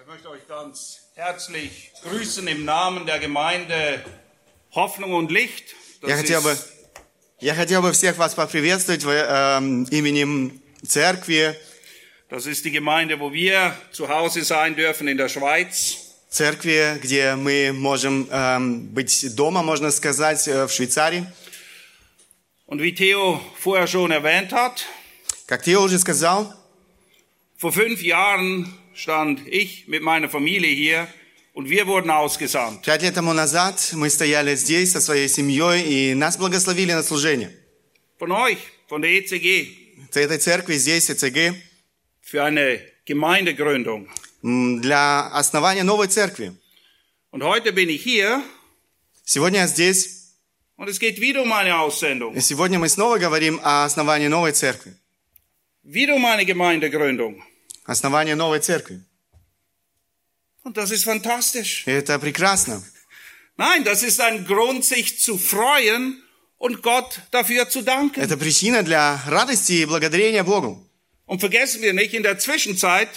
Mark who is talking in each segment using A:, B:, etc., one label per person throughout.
A: Ich möchte euch ganz herzlich grüßen im Namen der Gemeinde Hoffnung und Licht. Das
B: Я хотел бы,
A: ist
B: я хотел бы всех вас поприветствовать в, эм, именем церкви,
A: Das ist die Gemeinde, wo wir zu Hause sein dürfen in der Schweiz.
B: церкви, где мы можем эм, быть дома, можно сказать, э, в Швейцарии.
A: Und wie Theo vorher schon erwähnt hat,
B: Как Тео уже сказал,
A: vor fünf Jahren stand ich mit meiner Familie hier und wir wurden ausgesandt.
B: пять лет тому назад мы стояли здесь со своей семьей, и нас благословили на служение.
A: Von euch, von der E ECG,
B: В этой церкви здесь, ЭЦГ,
A: für eine Gemeindegründung.
B: м, для основания новой церкви.
A: Und heute bin ich hier
B: Сегодня я здесь,
A: und es geht wieder um eine Aussendung,
B: и сегодня мы снова говорим о основании новой церкви.
A: wieder um eine Gemeindegründung.
B: Основание новой церкви.
A: Und das ist fantastisch.
B: И это прекрасно.
A: Nein, das ist ein Grund, sich zu freuen und Gott dafür zu danken.
B: Это причина для радости и благодарения Богу.
A: Und vergessen wir nicht, in der Zwischenzeit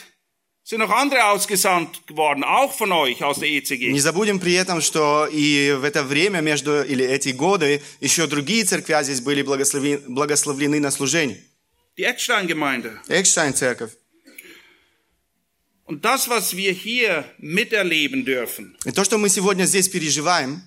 A: sind noch andere ausgesandt geworden, auch von euch aus der E
B: Не
A: ECG.
B: забудем при этом, что и в это время между, или эти годы, еще другие церквя здесь были благослови- благословлены на служение.
A: Die Eckstein-Gemeinde.
B: Экштайн церковь.
A: Und das, was wir hier miterleben dürfen,
B: И то, что мы сегодня здесь переживаем,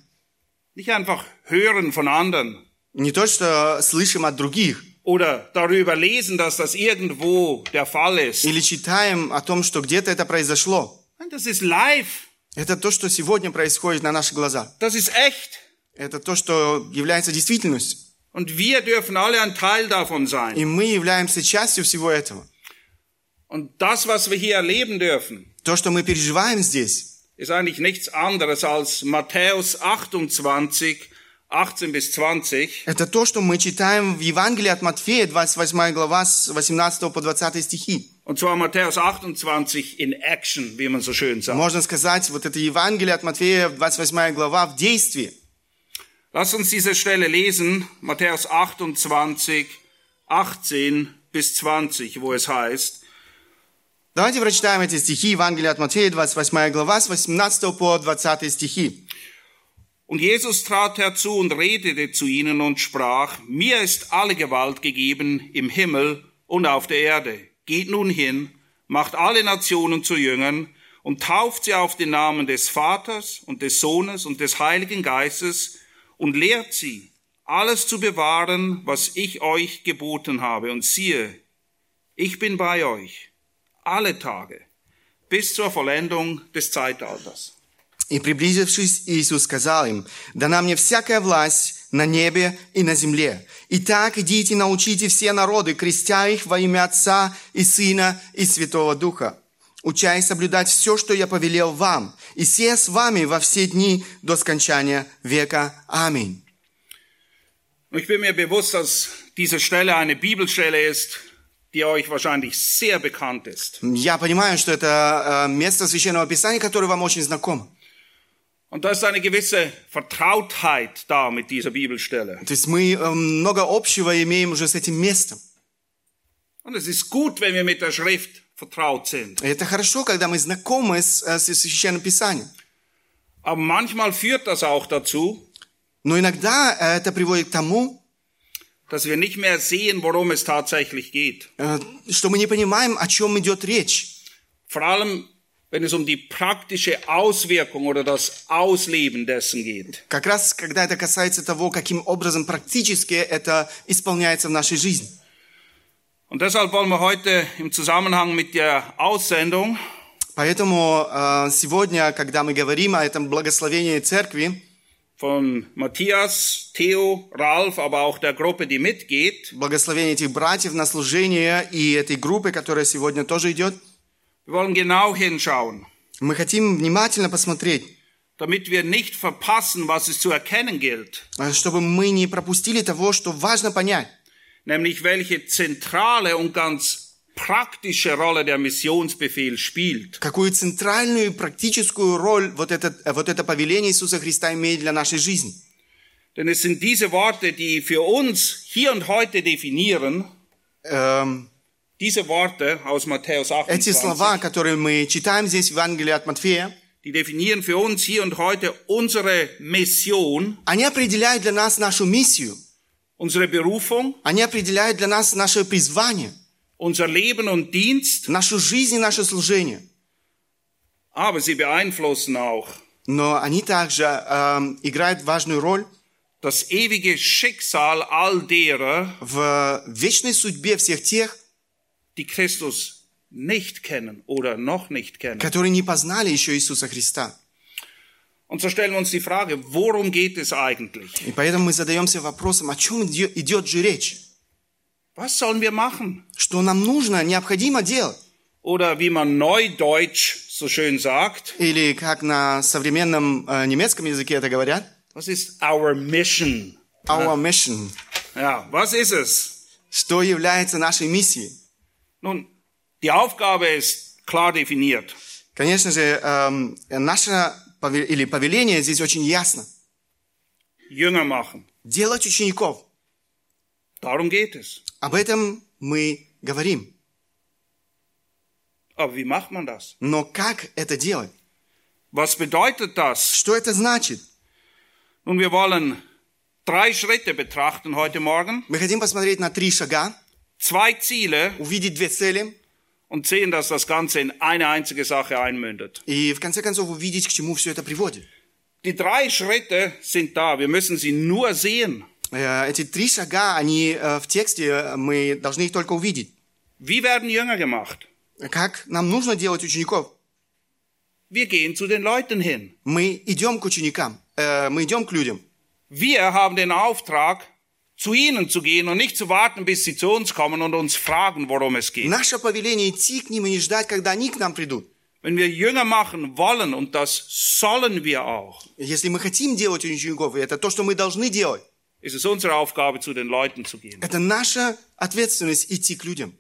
A: nicht einfach hören von anderen
B: не то, что слышим от других,
A: oder darüber lesen, dass das irgendwo der Fall ist.
B: или читаем о том, что где-то это произошло.
A: Nein, das ist live.
B: Это то, что сегодня происходит на наши глаза.
A: Das ist echt.
B: Это то, что является действительностью.
A: Und wir dürfen alle ein Teil davon sein.
B: И мы являемся частью всего этого.
A: Und das, was wir hier erleben dürfen,
B: То, что мы переживаем здесь,
A: ist eigentlich nichts anderes als Matthäus 28, 18 bis 20.
B: Это то, что мы читаем в Евангелии от Матфея, 28 глава, с 18 по 20 стихи.
A: Und zwar Matthäus 28 in Action, wie man so schön sagt.
B: Можно сказать, вот это Евангелие от Матфея, 28 глава, в действии.
A: Lass uns diese Stelle lesen, Matthäus 28, 18 bis 20, wo es heißt,
B: Давайте прочитаем эти стихи Евангелия от Матфея, 28 глава, с 18 по 20 стихи.
A: Und Jesus trat herzu und redete zu ihnen und sprach, Mir ist alle Gewalt gegeben im Himmel und auf der Erde. Geht nun hin, macht alle Nationen zu Jüngern und tauft sie auf den Namen des Vaters und des Sohnes und des Heiligen Geistes und lehrt sie, alles zu bewahren, was ich euch geboten habe. Und siehe, ich bin bei euch alle Tage bis zur Vollendung des Zeitalters.
B: «И приблизившись, Иисус сказал им, «Дана мне всякая власть на небе и на земле. Итак, идите, научите все народы, крестя их во имя Отца и Сына и Святого Духа, уча их соблюдать все, что я повелел вам, и все с вами во все дни до скончания века. Аминь».
A: Und ich bin mir bewusst, dass diese Stelle eine Bibelstelle ist, die euch wahrscheinlich sehr bekannt ist.
B: Я понимаю, что это э, место Священного Писания, которое вам очень знакомо.
A: Und da ist eine gewisse Vertrautheit da mit dieser Bibelstelle.
B: То есть мы э, много общего имеем уже с этим местом.
A: Und es ist gut, wenn wir mit der Schrift vertraut sind.
B: И это хорошо, когда мы знакомы с, э, с Священным Писанием.
A: Aber manchmal führt das auch dazu,
B: Но иногда э, это приводит к тому,
A: dass wir nicht mehr sehen, worum es tatsächlich geht.
B: э, что мы не понимаем, о чем идет речь.
A: Vor allem, wenn es um die praktische Auswirkung oder das Ausleben dessen geht.
B: Как раз, когда это касается того, каким образом практически это исполняется в нашей жизни.
A: Und deshalb wollen wir heute im Zusammenhang mit der Aussendung
B: Поэтому э, сегодня, когда мы говорим о этом благословении церкви,
A: von Matthias, Theo, Ralf, aber auch der Gruppe, die mitgeht.
B: благословении этих братьев на служение и этой группы, которая сегодня тоже идет,
A: Wir wollen genau hinschauen,
B: мы хотим внимательно посмотреть,
A: damit wir nicht verpassen, was es zu erkennen gilt,
B: э, чтобы мы не пропустили того, что важно понять.
A: nämlich welche zentrale und ganz praktische Rolle der Missionsbefehl spielt.
B: Какую центральную и практическую роль вот, этот, э, вот это повеление Иисуса Христа имеет для нашей жизни.
A: Denn es sind diese Worte, die für uns hier und heute definieren,
B: эм,
A: Diese Worte aus Matthäus
B: Эти
A: 28,
B: слова, которые мы читаем здесь в Евангелии от Матфея,
A: die definieren für uns hier und heute unsere Mission,
B: они определяют для нас нашу миссию,
A: unsere Berufung,
B: они определяют для нас наше призвание,
A: unser Leben und Dienst,
B: нашу жизнь и наше служение.
A: aber sie beeinflussen auch
B: Но они также эм, играют важную роль
A: das ewige Schicksal all derer,
B: в вечной судьбе всех тех,
A: die Christus nicht kennen oder noch nicht kennen.
B: которые не познали еще Иисуса Христа.
A: Und so stellen wir uns die Frage, worum geht es eigentlich?
B: И поэтому мы задаемся вопросом, о чем иде- идет же речь?
A: Was sollen wir machen?
B: Что нам нужно, необходимо делать?
A: Oder wie man neudeutsch so schön sagt,
B: Или как на современном э, немецком языке это говорят?
A: was ist our mission?
B: Our mission.
A: Ja, was ist es?
B: Что является нашей миссией?
A: Nun, die Aufgabe ist klar definiert.
B: Конечно же, эм, наше пове- или повеление здесь очень ясно.
A: Jünger machen.
B: Делать учеников.
A: Darum geht es.
B: Об этом мы говорим.
A: Aber wie macht man das?
B: Но как это делать?
A: Was bedeutet das?
B: Что это значит?
A: Nun, wir wollen drei Schritte betrachten heute Morgen,
B: Мы хотим посмотреть на три шага,
A: zwei Ziele
B: увидеть две цели
A: und sehen, dass das Ganze in eine einzige Sache einmündet.
B: и в конце концов увидеть, к чему все это приводит.
A: Die drei Schritte sind da. Wir müssen sie nur sehen.
B: Э, Эти три шага, они э, в тексте, э, мы должны их только увидеть.
A: Wie werden Jünger gemacht?
B: Как нам нужно делать учеников?
A: Wir gehen zu den Leuten hin.
B: Мы идем к ученикам, э, мы идем к людям.
A: Wir haben den Auftrag, zu ihnen zu gehen und nicht zu warten, bis sie zu uns kommen und uns fragen, worum es geht.
B: Наше повеление идти к ним и не ждать, когда они к нам придут.
A: Wenn wir Jünger machen wollen, und das sollen wir auch,
B: Если мы хотим делать учеников, и это то, что мы должны делать,
A: ist es unsere Aufgabe, zu den Leuten zu gehen.
B: это наша ответственность идти к людям.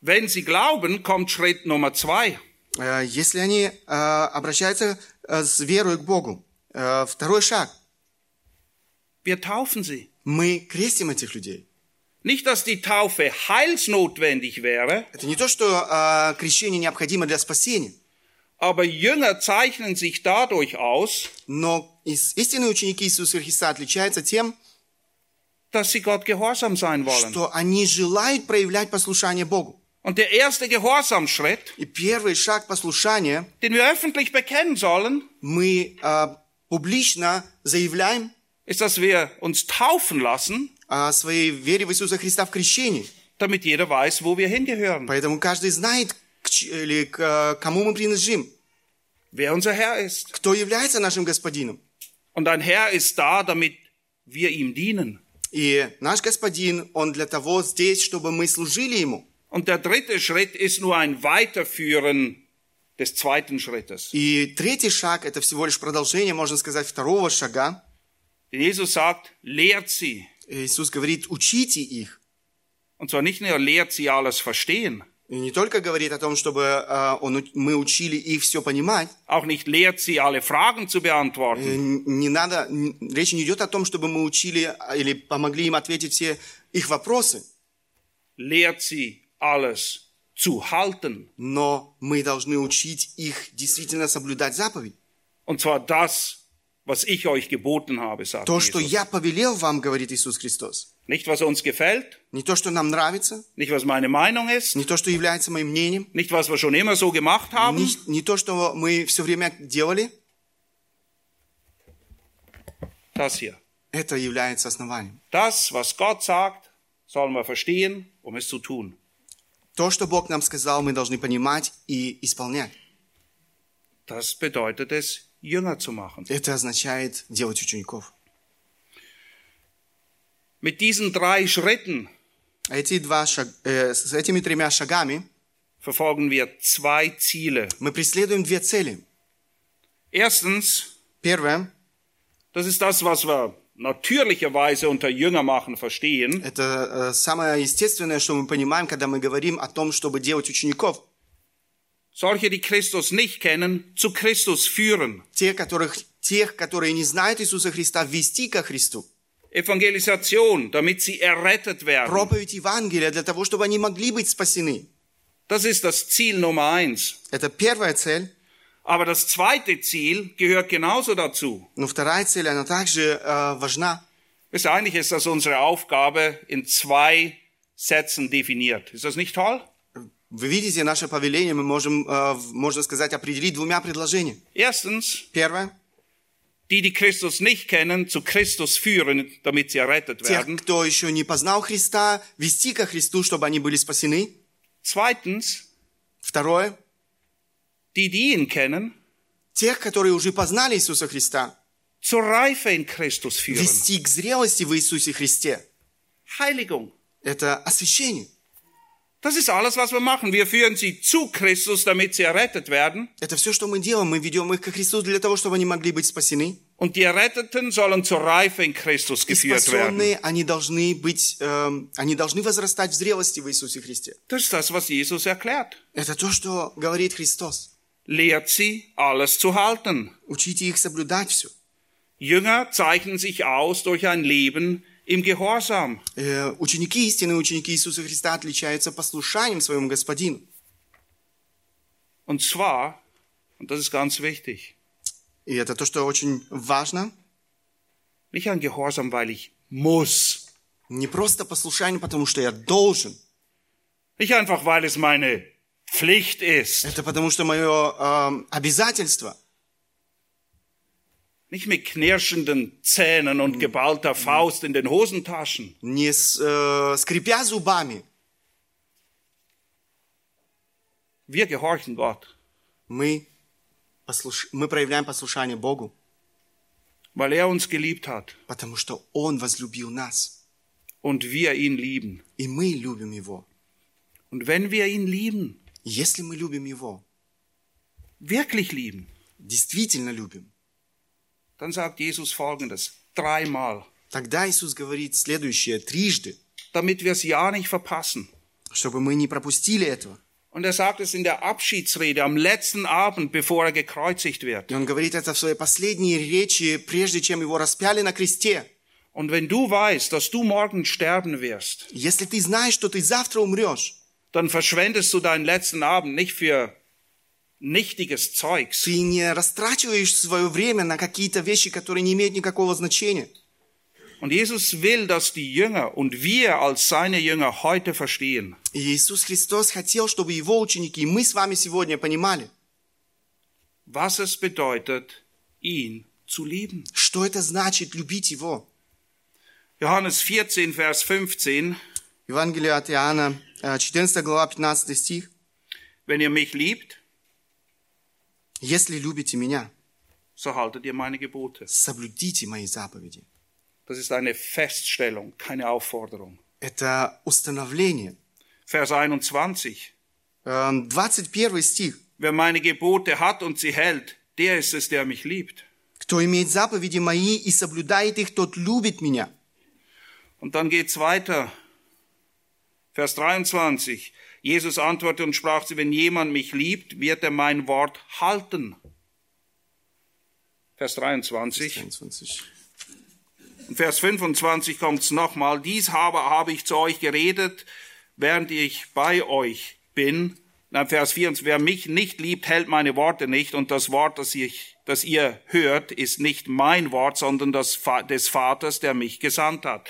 A: Wenn sie glauben, kommt Schritt Nummer zwei.
B: Э, Если они э, обращаются э, с верой к Богу, э, второй шаг –
A: Wir taufen sie.
B: мы крестим этих людей.
A: Nicht, dass die Taufe heilsnotwendig wäre,
B: Это не то, что э, крещение необходимо для спасения,
A: aber Jünger zeichnen sich dadurch aus,
B: но ис- истинные ученики Иисуса Христа отличаются тем,
A: dass sie Gott gehorsam sein wollen.
B: что они желают proявлять послушание Богу.
A: Und der erste Gehorsamschritt,
B: И первый шаг послушания
A: den wir öffentlich bekennen sollen,
B: мы э, публично заявляем
A: ist, dass wir uns taufen lassen,
B: о своей вере в Иисуса Христа в крещении.
A: damit jeder weiß, wo wir hingehören,
B: Поэтому каждый знает, к ч- или к, э, кому мы принадлежим,
A: wer unser Herr ist.
B: кто является нашим господином.
A: Und ein Herr ist da, damit wir ihm dienen.
B: И наш господин, он для того здесь, чтобы мы служили ему.
A: Und der dritte Schritt ist nur ein Weiterführen des zweiten Schrittes.
B: И третий шаг – это всего лишь продолжение, можно сказать, второго шага.
A: Denn Jesus sagt, lehrt sie.
B: Иисус говорит, учите их.
A: Und zwar nicht nur lehrt sie alles verstehen,
B: И не только говорит о том, чтобы э, он у- мы учили их все понимать.
A: auch nicht lehrt sie alle Fragen zu
B: Э,
A: beantworten,
B: н- Не надо, н- речь не идет о том, чтобы мы учили а, или помогли им ответить все их вопросы,
A: lehrt sie alles zu halten.
B: но мы должны учить их действительно соблюдать заповедь.
A: Und zwar das, was ich euch geboten habe, sagt
B: То, что
A: Jesus.
B: я повелел вам, говорит Иисус Христос.
A: Nicht, was uns gefällt,
B: Не то, что нам нравится,
A: nicht, was meine Meinung ist,
B: не то, что является моим мнением,
A: nicht, was wir schon immer so gemacht haben,
B: не, не то, что мы все время делали,
A: das hier.
B: это является основанием.
A: Das, was Gott sagt, sollen wir verstehen, um es zu tun.
B: То, что Бог нам сказал, мы должны понимать и исполнять.
A: Das bedeutet es, Jünger zu machen.
B: Это означает делать учеников.
A: Mit diesen drei Schritten
B: Эти два шаг- э, с этими тремя шагами
A: verfolgen wir zwei Ziele.
B: мы преследуем две цели.
A: Erstens,
B: Первое
A: Das ist das, was wir natürlicherweise unter Jünger machen verstehen.
B: – это э, самое естественное, что мы понимаем, когда мы говорим о том, чтобы делать учеников.
A: Solche, die Christus nicht kennen, zu Christus führen.
B: Те, которых, тех, которые не знают Иисуса Христа, вести ко Христу.
A: Evangelisation, damit sie errettet werden.
B: Проповедь Евангелия для того, чтобы они могли быть спасены.
A: Das ist das Ziel Nummer eins.
B: Это первая цель.
A: Aber das zweite Ziel gehört genauso dazu.
B: Но вторая цель, она также э, важна.
A: Wisst ihr, Eigentlich ist das unsere Aufgabe in zwei Sätzen definiert. Ist das nicht toll?
B: Вы видите, наше повеление мы можем, э, в- можно сказать, определить двумя предложениями.
A: Erstens,
B: Первое.
A: die, die Christus nicht kennen, zu Christus führen, damit sie errettet
B: Тех,
A: werden.
B: кто еще не познал Христа, вести ко Христу, чтобы они были спасены.
A: Zweitens,
B: Второе.
A: die, die ihn kennen,
B: Тех, которые уже познали Иисуса Христа,
A: zur Reife in Christus führen.
B: вести к зрелости в Иисусе Христе.
A: Heiligung.
B: Это освящение.
A: Das ist alles, was wir machen. Wir führen sie zu Christus, damit sie errettet werden.
B: Это все, что мы делаем. Мы ведем их ко Христу для того, чтобы они могли быть спасены.
A: Und die Erretteten sollen zur Reife in Christus
B: И
A: geführt werden.
B: спасенные, они должны быть, эм, они должны возрастать в зрелости в Иисусе Христе.
A: Das ist das, was Jesus erklärt.
B: Это то, что говорит Христос.
A: Lehrt sie, alles zu halten.
B: Учите их соблюдать все.
A: Jünger zeichnen sich aus durch ein Leben im Gehorsam.
B: Э, ученики истины, ученики Иисуса Христа отличаются послушанием своему Господину.
A: Und zwar, und das ist ganz wichtig,
B: И это то, что очень важно.
A: nicht ein Gehorsam, weil ich muss.
B: Не просто послушание, потому что я должен.
A: Nicht einfach, weil es meine Pflicht ist.
B: Это потому что мое эм, обязательство.
A: Nicht mit knirschenden Zähnen und geballter Faust in den Hosentaschen.
B: Не с- э, скрипя зубами,
A: Wir gehorchen Gott,
B: мы, послуш- мы проявляем послушание Богу,
A: weil er uns geliebt hat
B: потому что Он возлюбил нас,
A: und wir ihn lieben.
B: и мы любим Его.
A: Und wenn wir ihn lieben,
B: Если мы любим Его,
A: wirklich lieben,
B: действительно любим,
A: dann sagt Jesus Folgendes dreimal,
B: тогда Иисус говорит следующее трижды,
A: damit wir es ja nicht verpassen.
B: чтобы мы не пропустили этого.
A: Und er sagt es in der Abschiedsrede am letzten Abend, bevor er gekreuzigt wird.
B: И Он говорит это в своей последней речи, прежде чем Его распяли на кресте.
A: Und wenn du weißt, dass du morgen sterben wirst,
B: Если ты знаешь, что ты завтра умрешь,
A: dann verschwendest du deinen letzten Abend nicht für nichtiges Zeugs.
B: Ты не растрачиваешь свое время на какие-то вещи, которые не имеют никакого значения.
A: Und Jesus will, dass die Jünger und wir als seine Jünger heute verstehen.
B: И Иисус Христос хотел, чтобы Его ученики, и мы с вами сегодня понимали,
A: was es bedeutet, ihn zu lieben.
B: что это значит любить Его.
A: Johannes 14, Vers 15.
B: Евангелие от Иоанна, э, 14 глава, 15 стих.
A: Wenn ihr mich liebt,
B: «Если любите Меня,
A: so haltet ihr meine Gebote.
B: соблюдите Мои заповеди».
A: Das ist eine Feststellung, keine Aufforderung.
B: Это установление.
A: Vers 21.
B: Эм, 21 стих.
A: Wer meine Gebote hat und sie hält, der ist es, der mich liebt.
B: «Кто имеет заповеди Мои и соблюдает их, тот любит Меня».
A: Und dann geht's weiter. Vers 23. Jesus antwortete und sprach zu, wenn jemand mich liebt, wird er mein Wort halten. Vers 23.
B: 24.
A: Und Vers 25 kommt's nochmal. Dies habe, habe ich zu euch geredet, während ich bei euch bin. Dann Vers 24. Wer mich nicht liebt, hält meine Worte nicht. Und das Wort, das, ich, das ihr hört, ist nicht mein Wort, sondern das Fa- des Vaters, der mich gesandt hat.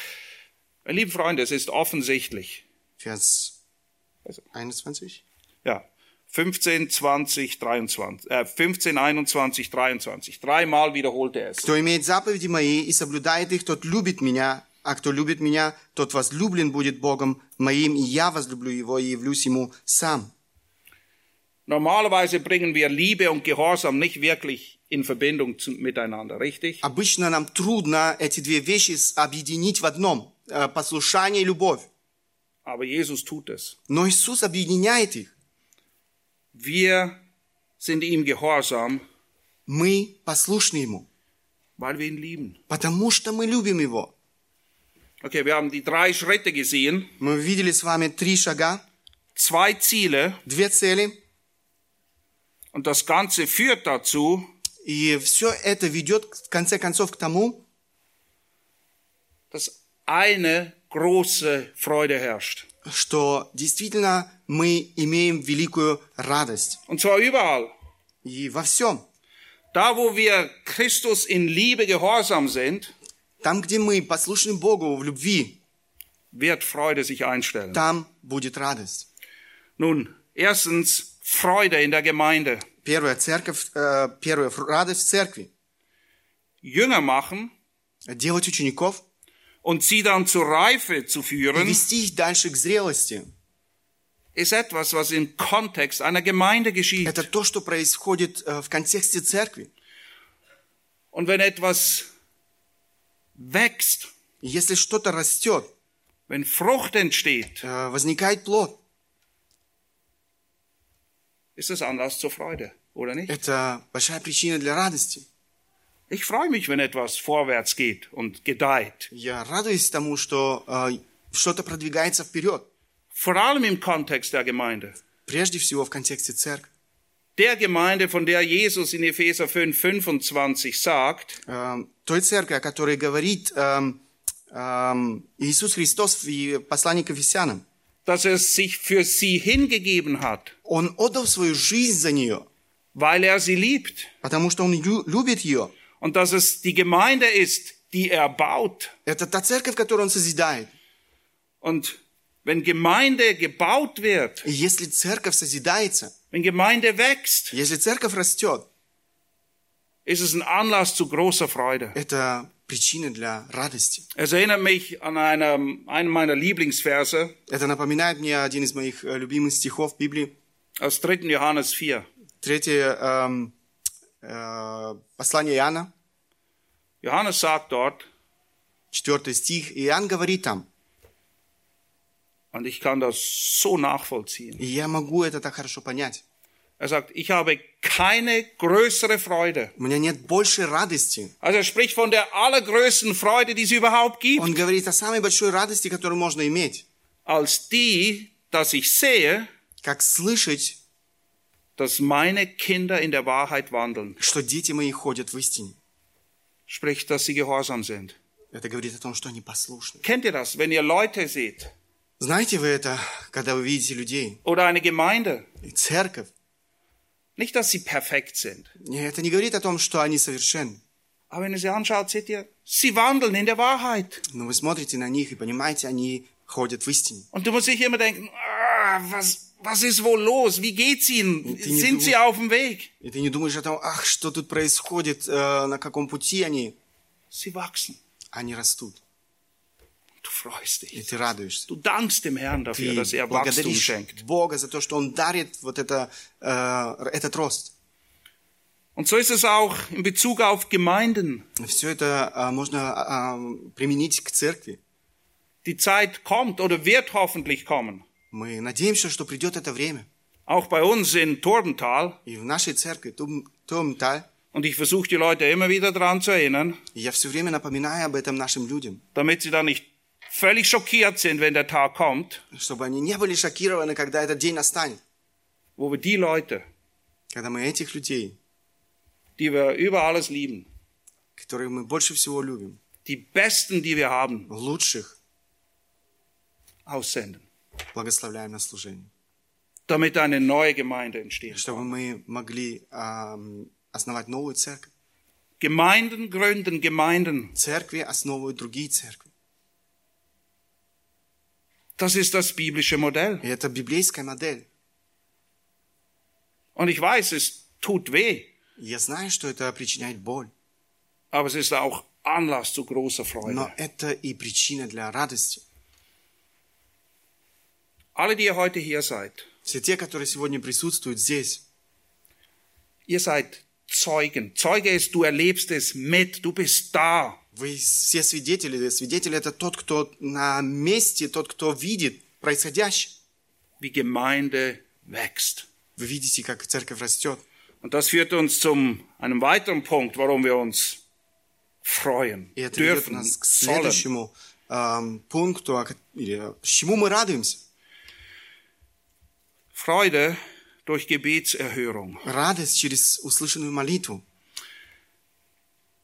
A: Meine lieben Freunde, es ist offensichtlich.
B: Vers 21.
A: Ja. 15, 20, 23, äh, 15, 21, 23. Dreimal wiederholte er es.
B: Кто имеет заповеди мои и соблюдает их, тот любит меня, а кто любит меня, тот возлюблен будет Богом моим, и я возлюблю его и явлюсь ему сам.
A: Normalerweise bringen wir Liebe und Gehorsam nicht wirklich in Verbindung zu, miteinander, richtig?
B: Обычно нам трудно эти две вещи с- объединить в одном э, – послушание и любовь.
A: Aber Jesus tut es.
B: Но Иисус объединяет их.
A: Wir sind ihm gehorsam,
B: Мы послушны Ему,
A: weil wir ihn lieben.
B: потому что мы любим Его.
A: Okay, wir haben die drei Schritte gesehen,
B: Мы видели с вами три шага,
A: zwei Ziele
B: две цели,
A: und das Ganze führt dazu,
B: и все это ведет, в конце концов, к тому,
A: dass eine große Freude herrscht.
B: что действительно мы имеем великую радость.
A: Und zwar überall.
B: И во всем.
A: Da, wo wir Christus in Liebe gehorsam sind,
B: Там, где мы послушны Богу в любви,
A: wird Freude sich einstellen.
B: там будет радость.
A: Nun, erstens Freude in der Gemeinde.
B: Первая церковь, э, первая фр- радость в церкви.
A: Jünger machen
B: Делать учеников
A: und sie dann zur Reife zu
B: и
A: führen,
B: вести их дальше к zрелости.
A: ist etwas, was im Kontext einer Gemeinde geschieht.
B: Это то, что происходит э, в контексте церкви.
A: Und wenn etwas wächst,
B: И Если что-то растет,
A: wenn Frucht entsteht,
B: э, возникает плод.
A: ist es Anlass zur Freude, oder nicht?
B: Это большая причина для радости.
A: Ich freue mich, wenn etwas vorwärts geht und gedeiht.
B: Я радуюсь тому, что э, что-то продвигается вперед.
A: Vor allem im Kontext der Gemeinde.
B: Прежде всего в контексте церкви.
A: Der Gemeinde, von der Jesus in Epheser 5, 25 sagt,
B: эм, той церкви, о которой говорит эм, эм, Иисус Христос в послании к Ефесянам.
A: dass er sich für sie hingegeben hat,
B: Он отдал свою жизнь за нее,
A: weil er sie liebt.
B: потому что он лю- любит ее.
A: Und dass es die Gemeinde ist, die er baut.
B: Это та церковь, которую он созидает.
A: Und wenn Gemeinde gebaut wird,
B: И если церковь созидается,
A: wenn Gemeinde wächst,
B: если церковь растет,
A: ist es ein Anlass zu großer Freude.
B: это причина для радости.
A: Es erinnert mich an einem, einen meiner Lieblingsverse
B: Это напоминает мне один из моих э, любимых стихов Библии.
A: aus 3. Johannes 4.
B: Третье эм, э, послание Иоанна,
A: Johannes sagt dort,
B: четвертый стих. Иоанн говорит там,
A: und ich kann das so nachvollziehen,
B: и я могу это так хорошо понять.
A: er sagt, ich habe keine größere Freude.
B: У меня нет больше радости,
A: Also er spricht von der allergrößten Freude, die es überhaupt gibt,
B: Он говорит о самой большой радости, которую можно иметь.
A: als die, dass ich sehe,
B: Как слышать,
A: dass meine Kinder in der Wahrheit wandeln.
B: что дети мои ходят в истине.
A: Sprich, dass sie gehorsam sind.
B: Это говорит о том, что они послушны.
A: Kennt ihr das, wenn ihr Leute seht
B: Знаете вы это, когда вы видите людей
A: oder eine Gemeinde?
B: и церковь?
A: Nicht, dass sie perfekt sind.
B: Не, Это не говорит о том, что они совершенны.
A: Aber wenn ihr sie anschaut, seht ihr, sie wandeln in der Wahrheit.
B: Но вы смотрите на них и понимаете, они ходят в истине.
A: Und du musst dich immer denken, ah, was, was ist wohl los? Wie geht's ihnen?
B: Die- die-
A: Sind sie auf dem Weg?
B: И ты не думаешь о том, ах, что тут происходит, э, на каком пути они.
A: Sie wachsen.
B: Они растут.
A: Du freust
B: И
A: dich.
B: ты радуешься.
A: Du dankst dem Herrn dafür,
B: Ты
A: dass er Wachstum
B: благодаришь
A: schenkt.
B: Бога за то, что Он дарит вот это, э, этот рост.
A: Und so ist es auch in Bezug auf Gemeinden.
B: Все это а, можно а, а, применить к церкви.
A: Die Zeit kommt oder wird hoffentlich kommen.
B: Мы надеемся, что придет это время.
A: Auch bei uns in Turbental.
B: И в нашей церкви, Тум- Тумтай,
A: Und ich versuche die Leute immer wieder daran zu erinnern,
B: я все время напоминаю об этом нашим людям,
A: damit sie dann nicht völlig schockiert sind, wenn der Tag kommt,
B: чтобы они не были шокированы, когда этот день настанет,
A: wo wir die Leute,
B: когда мы этих людей,
A: die wir über alles lieben,
B: которых мы больше всего любим,
A: die Besten, die wir haben,
B: лучших,
A: aussenden,
B: благословляем на служение,
A: damit eine neue Gemeinde entsteht.
B: чтобы мы могли ам, основать новую церковь.
A: Gemeinden gründen Gemeinden.
B: Церкви основывают другие церкви.
A: Das ist das biblische Modell.
B: И это библейская модель.
A: Und ich weiß, es tut weh,
B: И Я знаю, что это причиняет боль,
A: aber es ist auch Anlass zu großer Freude.
B: но это и причина для радости.
A: Alle, die ihr heute hier seid,
B: Все те, которые сегодня присутствуют здесь,
A: ihr seid Zeugen. Zeuge ist, du erlebst es mit, du bist da.
B: вы все свидетели. Свидетель это тот, кто на месте, тот, кто видит происходящее.
A: Wie Gemeinde wächst.
B: Вы видите, как церковь растет.
A: Und das führt uns zu einem weiteren Punkt, warum wir uns freuen
B: И это ведет
A: dürfen,
B: нас к
A: sollen.
B: следующему эм, пункту, а к- или, э, чему мы радуемся.
A: Freude durch Gebetserhörung.
B: Радость через услышанную молитву.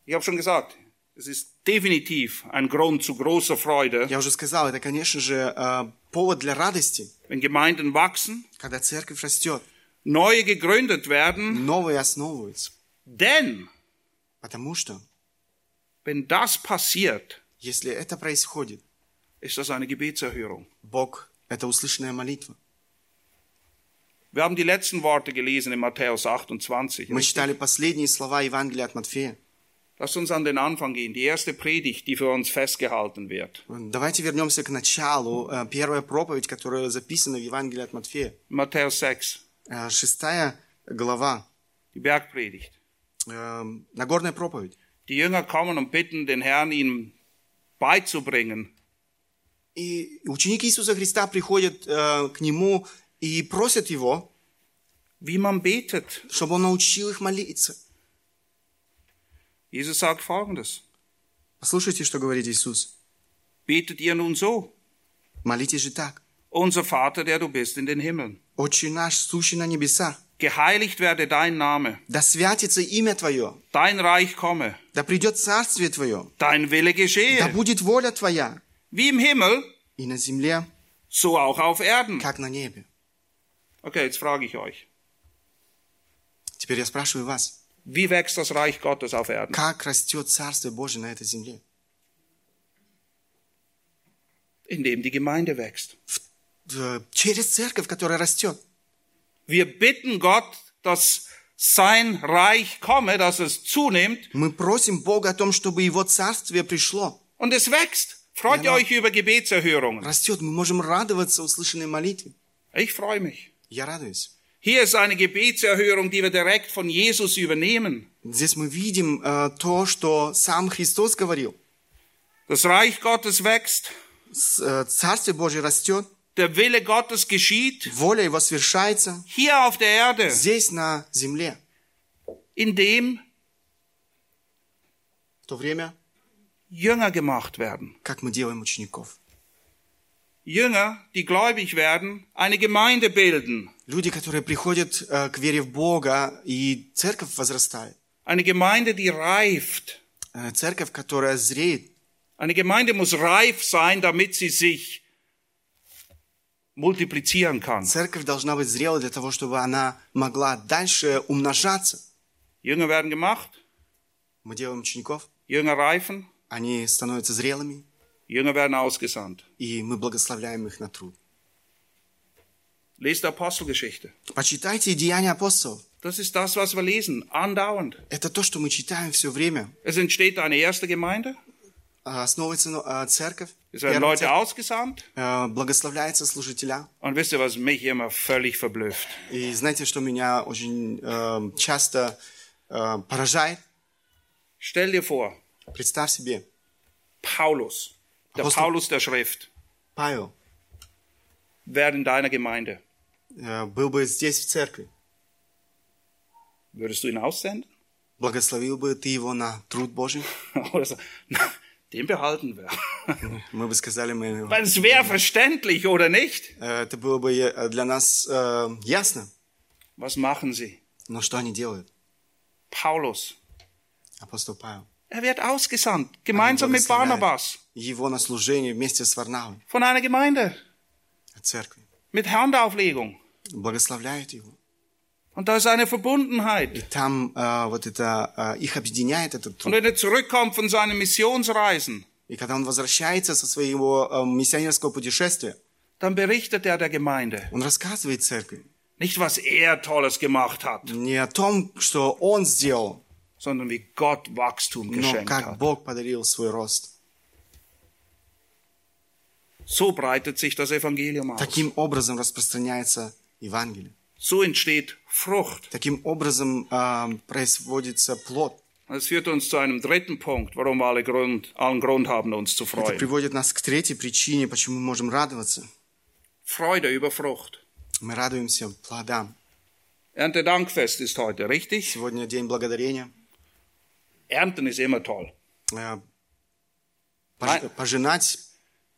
A: Ich habe schon gesagt, Es ist definitiv ein Grund zu großer Freude,
B: Я уже сказал, это, конечно же, э, повод для радости,
A: wenn Gemeinden wachsen,
B: когда церковь растет,
A: neue gegründet werden.
B: новые основываются.
A: Denn
B: Потому что,
A: wenn das passiert,
B: если это происходит,
A: ist das eine Gebetserhörung.
B: Бог – это услышанная молитва.
A: Wir haben die letzten Worte gelesen in Matthäus 28.
B: Мы читали последние слова Евангелия от Матфея.
A: Lass uns an den Anfang gehen, die erste Predigt, die für uns festgehalten wird.
B: Давайте вернемся к началу. Э, Первая проповедь, которая записана в Евангелии от Матфея.
A: Matthäus 6,
B: Э, Шестая глава.
A: die Bergpredigt.
B: Э, Нагорная проповедь.
A: Die Jünger kommen und bitten den Herrn, ihnen beizubringen,
B: И ученики Иисуса Христа приходят э, к Нему и просят Его,
A: wie man betet.
B: чтобы Он научил их молиться.
A: Jesus sagt folgendes.
B: Послушайте, что говорит Иисус.
A: Betet ihr nun so?
B: Молитесь же так.
A: Unser Vater, der du bist in den Himmeln,
B: «Отче наш, сущий на небесах,
A: geheiligt werde dein Name,
B: да святится имя Твое,
A: dein Reich komme,
B: да придет царствие Твое,
A: dein Wille
B: да
A: geschehe,
B: будет воля Твоя
A: wie im Himmel,
B: и на земле,
A: so auch auf Erden.
B: как на небе».
A: Okay, jetzt frage ich euch.
B: Теперь я спрашиваю вас,
A: Wie wächst das Reich Gottes auf Erden?
B: как растет Царствие Божие на этой земле?
A: Indem die Gemeinde wächst.
B: Э, Через церковь, которая rастет.
A: Wir bitten Gott, dass sein Reich komme, dass es zunimmt
B: Мы просим Бога о том, чтобы Его Царствие пришло.
A: und es wächst. Freut ihr
B: Genau.
A: euch über Gebetserhörungen?
B: Растет, мы можем радоваться услышанной молитве.
A: Ich freue mich.
B: Я радуюсь.
A: Hier ist eine Gebetserhörung, die wir direkt von Jesus übernehmen.
B: Здесь мы видим э, то, что сам Христос говорил.
A: Das Reich Gottes wächst,
B: С- э, Царствие Божие растет,
A: der Wille Gottes geschieht,
B: воля Его совершается
A: hier auf der Erde,
B: здесь, на земле.
A: indem
B: В то время,
A: Jünger gemacht werden.
B: как мы делаем учеников.
A: Jünger, die gläubig werden, eine Gemeinde bilden.
B: Люди, которые приходят э, к вере в Бога, и церковь возрастает.
A: Eine Gemeinde, die reift.
B: Э, Церковь, которая зреет.
A: Eine Gemeinde muss reif sein, damit sie sich multiplizieren kann.
B: Церковь должна быть зрелой для того, чтобы она могла дальше умножаться.
A: Jünger werden gemacht,
B: Мы делаем учеников,
A: Jünger reifen,
B: они становятся зрелыми,
A: Jünger werden ausgesandt.
B: и мы благословляем их на труд.
A: Lest Apostelgeschichte.
B: Почитайте Деяния апостолов.
A: Das ist das, was wir lesen, andauernd.
B: Это то, что мы читаем все время.
A: Es entsteht eine erste Gemeinde,
B: А, Основывается ну, а, церковь,
A: es werden
B: первая
A: Leute
B: церковь,
A: ausgesandt.
B: э, благословляется служителя.
A: Und wisst ihr, was mich immer völlig verblüfft?
B: И знаете, что меня очень э, часто э, поражает?
A: Stell dir vor,
B: Представь себе,
A: Paulus, der
B: Apostel-
A: Paulus der Schrift,
B: Павел
A: wäre in deiner Gemeinde.
B: э, был бы здесь, в церкви,
A: Würdest du ihn aussenden?
B: благословил бы ты его на труд Божий,
A: Oder so, na, den behalten wir.
B: мы бы сказали, мы... его-
A: Weil es wäre verständlich, oder nicht?
B: Э, Это было бы э, для нас э, ясно.
A: Was machen sie?
B: Но что они делают?
A: Paulus.
B: Апостол Павел.
A: Er wird ausgesandt, gemeinsam mit Barnabas,
B: Его на служение вместе с Варнавой
A: von einer Gemeinde,
B: от церкви.
A: mit Handauflegung.
B: Благословляют его.
A: Und da ist eine Verbundenheit.
B: Там э, вот это... э, их объединяет этот
A: Und
B: труд.
A: wenn er zurückkommt von seinen Missionsreisen,
B: И когда он возвращается со своего э, миссионерского путешествия,
A: dann berichtet er der Gemeinde.
B: он рассказывает церкви
A: Nicht, was er Tolles gemacht hat,
B: не о том, что он сделал,
A: sondern wie Gott Wachstum
B: но
A: geschenkt
B: как
A: hat.
B: Бог подарил свой рост.
A: So breitet sich das Evangelium aus.
B: Таким образом распространяется Евангелие.
A: So entsteht Frucht.
B: Таким образом э, производится плод.
A: Das führt uns zu einem dritten Punkt, warum wir alle Grund, allen Grund haben, uns zu
B: Это
A: freuen.
B: приводит нас к третьей причине, почему мы можем радоваться.
A: Freude über Frucht.
B: Мы радуемся плодам.
A: Erntedankfest ist heute, richtig?
B: Сегодня день благодарения.
A: Ernten ist immer toll.
B: Э, пож-
A: Nein.
B: Пожинать.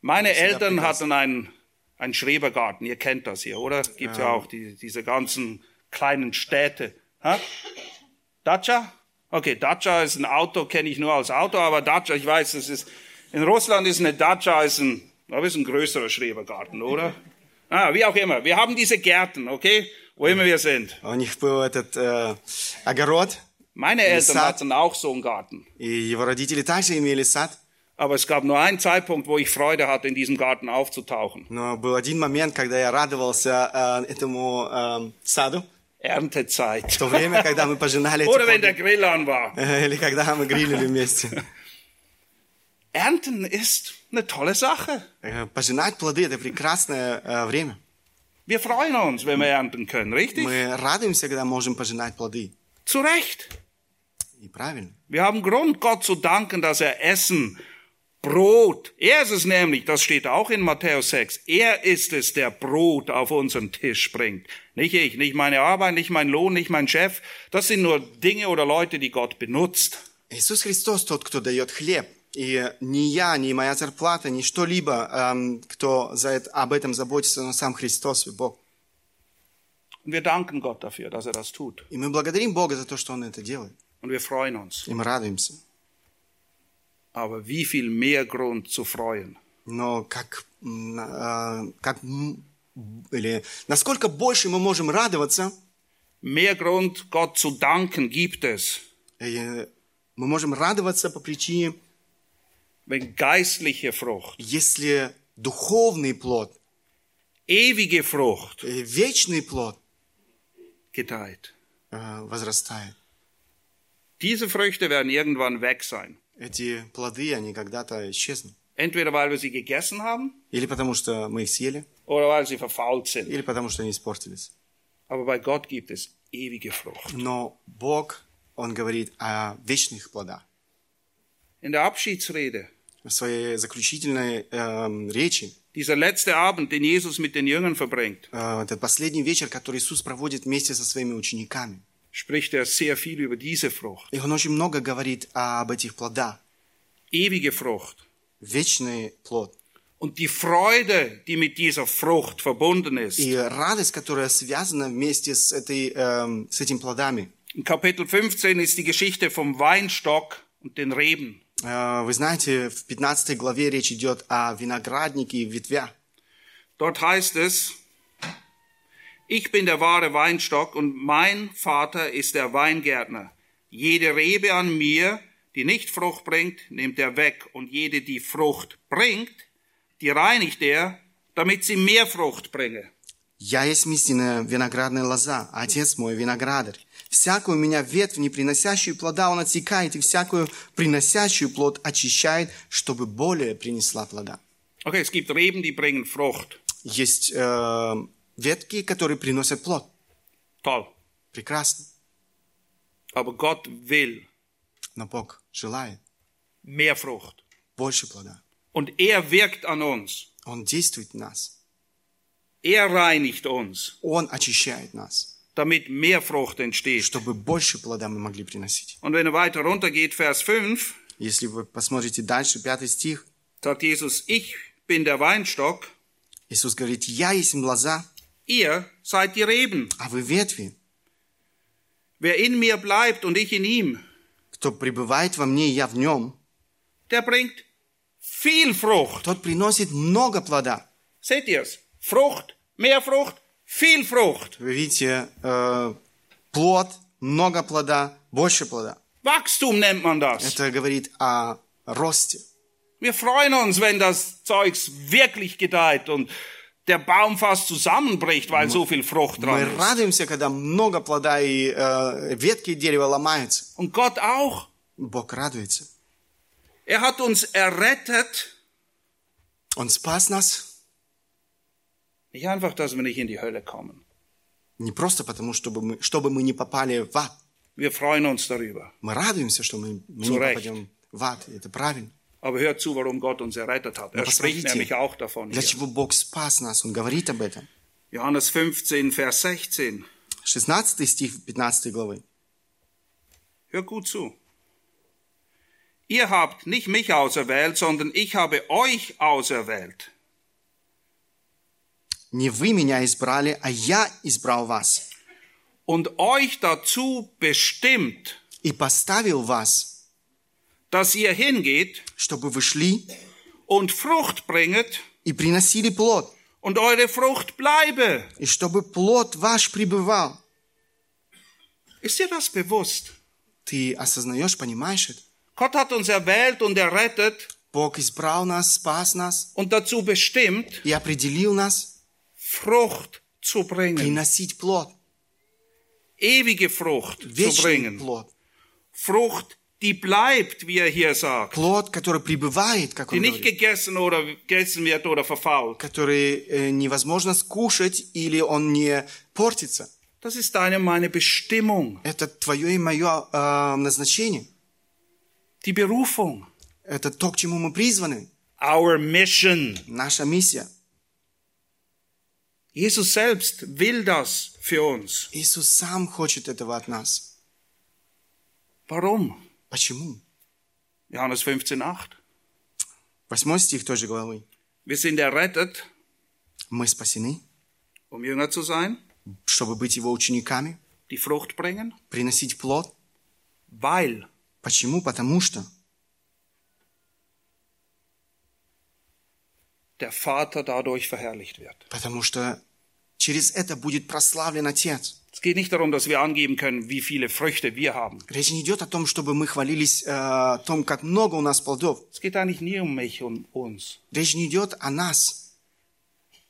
A: Meine
B: ist ja
A: Eltern
B: begeistert.
A: hatten einen, einen Schrebergarten, ihr kennt das hier, oder? Gibt ja auch die, diese ganzen kleinen Städte. Ha? Dacia? Okay, Dacia ist ein Auto, kenne ich nur als Auto, aber Dacia, ich weiß, das ist, in Russland ist eine Dacia, ist ein, das ist ein größerer Schrebergarten, oder? Ah, wie auch immer. Wir haben diese Gärten, okay? Wo immer wir sind.
B: У них был этот э, огород,
A: Meine Eltern
B: Saat.
A: hatten auch so einen Garten.
B: и его родители также имели сад.
A: Aber es gab nur einen Zeitpunkt, wo ich Freude hatte, in diesem Garten aufzutauchen.
B: Но был один момент, когда я радовался э, этому э, саду. В
A: Erntezeit.
B: то время, когда мы пожинали эти
A: Oder wenn der
B: плоды.
A: Grill an war.
B: Э, Или когда мы грилили вместе.
A: Ernten ist eine tolle Sache.
B: Э, Пожинать плоды – это прекрасное э, время.
A: Wir freuen uns, wenn wir ernten können, richtig?
B: Мы радуемся, когда можем пожинать плоды.
A: Zu Recht.
B: И правильно.
A: Wir haben Grund, Gott zu danken, dass er Essen, Brot, er ist es nämlich, das steht auch in Matthäus 6, er ist es, der Brot auf unseren Tisch bringt. Nicht ich, nicht meine Arbeit, nicht mein Lohn, nicht mein Chef. Das sind nur Dinge oder Leute, die Gott benutzt.
B: Иисус Христос тот, кто дает хлеб. И не я, не моя зарплата, ни что-либо, эм, кто за это, об этом заботится, но сам Христос и Бог.
A: Und wir danken Gott dafür, dass er das tut.
B: И мы благодарим Бога за то, что Он это делает.
A: Und wir freuen uns.
B: И мы радуемся.
A: Aber wie viel mehr Grund zu freuen,
B: Но как, м, э, как м, или насколько больше мы можем радоваться,
A: mehr Grund, Gott zu danken gibt es,
B: э, мы можем радоваться по причине,
A: wenn geistliche Frucht,
B: если духовный плод,
A: ewige Frucht
B: э, вечный плод
A: gedeiht.
B: э, возрастает.
A: Diese Früchte werden irgendwann weg sein.
B: Эти плоды, они когда-то исчеznут.
A: Entweder weil wir sie gegessen haben
B: Или потому что мы их съели,
A: oder weil sie verfault sind.
B: или потому что они испортились.
A: Aber bei Gott gibt es ewige Frucht.
B: Но Бог, Он говорит о вечных плодах.
A: In der Abschiedsrede,
B: В своей заключительной эм, речи,
A: dieser letzte Abend, den Jesus mit den Jüngern verbringt,
B: э, этот последний вечер, который Иисус проводит вместе со своими учениками,
A: spricht er sehr viel über diese Frucht.
B: и Он очень много говорит об этих плодах.
A: Ewige Frucht.
B: Вечный плод.
A: Und die Freude, die mit dieser Frucht verbunden ist.
B: И радость, которая связана вместе с, этой, эм, с этим плодами.
A: In Kapitel 15 ist die Geschichte vom Weinstock und den Reben.
B: Э, Вы знаете, в 15 главе речь идет о винограднике и ветвях.
A: Dort heißt es, ich bin der wahre Weinstock und mein Vater ist der Weingärtner. Jede Rebe an mir, die nicht Frucht bringt, nimmt er weg und jede, die Frucht bringt, die reinigt er, damit sie mehr Frucht bringe.
B: Я есть истинная виноградная лоза, а отец мой виноградарь. Всякую меня ветвь, не приносящую плода, он отсекает, и всякую приносящую плод очищает, чтобы более принесла плода.
A: Okay, es gibt Reben, die bringen Frucht.
B: Есть э, ветки, которые приносят плод.
A: Toll.
B: Прекрасно.
A: Aber Gott will
B: Но Бог желает
A: mehr Frucht.
B: больше плода.
A: Und er wirkt an uns.
B: Он действует в нас.
A: Er reinigt uns,
B: Он очищает нас,
A: damit mehr Frucht entsteht.
B: чтобы больше плоda мы могли приносить.
A: Und wenn er weiter runtergeht, Vers 5,
B: Если вы посмотрите дальше, пятый стих,
A: sagt Jesus, ich bin der Weinstock,
B: Иисус говорит, «Я есть лоза,
A: ihr seid die Reben.
B: а вы ветви».
A: Wer in mir bleibt und ich in ihm,
B: Кто пребывает во мне, и я в нем,
A: der bringt viel Frucht.
B: тот приносит много плода.
A: Seht ihr's? Frucht, mehr Frucht, viel Frucht.
B: Вы видите, э, плод, много плода, больше плода.
A: Wachstum nennt man das.
B: Это говорит о росте.
A: Wir freuen uns, wenn das Zeugs wirklich gedeiht und der Baum fast zusammenbricht, weil so viel Frucht
B: Мы
A: dran ist.
B: радуемся, когда много плода и э, ветки дерева ломаются.
A: Und Gott auch.
B: Бог радуется.
A: Er hat uns errettet.
B: Он спас нас
A: Nicht einfach, dass wir nicht in die Hölle kommen.
B: не просто потому, чтобы мы, чтобы мы не попали в ад.
A: Wir freuen uns darüber.
B: Мы радуемся, что мы, мы не
A: Zurecht.
B: попадем в ад. Это правильно.
A: Aber hört zu, warum Gott uns errettet hat. Er spricht
B: Посмотрите,
A: nämlich auch davon.
B: Э, для
A: Hier.
B: чего Бог спас нас. Он говорит об этом.
A: Johannes 15, Vers 16.
B: 16 стих 15 главы.
A: Hör gut zu. Ihr habt nicht mich auserwählt, sondern ich habe euch auserwählt.
B: Не вы меня избрали, а я избрал вас.
A: Und euch dazu bestimmt,
B: и и поставил вас,
A: dass ihr hingeht
B: чтобы вы шли
A: und Frucht bringet
B: и приносили плод,
A: und eure Frucht bleibe.
B: и чтобы плод ваш пребывал.
A: Ist dir das bewusst?
B: Ты осознаешь, понимаешь это?
A: Gott hat uns erwählt und errettet
B: Бог избрал нас, спас нас
A: und dazu bestimmt,
B: и определил нас
A: Frucht zu bringen,
B: приносить плод,
A: ewige Frucht zu
B: вечный
A: bringen.
B: плод.
A: Frucht, die bleibt, wie er hier sagt,
B: Плод, который пребывает, как
A: die
B: он
A: nicht
B: говорит,
A: gegessen oder gegessen wird oder verfault.
B: который э, невозможно скушать или он не портится.
A: Das ist deine und meine Bestimmung,
B: Это твое и мое э, назначение.
A: die Berufung,
B: Это то, к чему мы призваны.
A: our mission.
B: Наша миссия.
A: Jesus selbst will das für uns.
B: Иисус сам хочет этого от нас.
A: Warum?
B: Почему?
A: Johannes 15,8.
B: Восьмой стих той же главы.
A: Wir sind errettet,
B: Мы спасены,
A: um Jünger zu sein,
B: чтобы быть его учениками,
A: die Frucht bringen,
B: приносить плод.
A: weil
B: Почему? Потому что
A: der Vater dadurch verherrlicht wird.
B: Потому что через это будет прославлен Отец.
A: Es geht nicht darum, dass wir angeben können, wie viele Früchte wir haben.
B: Речь не идет о том, чтобы мы хвалились э, о том, как много у нас плодов.
A: Es geht eigentlich nie um mich und uns.
B: Речь не идет о нас.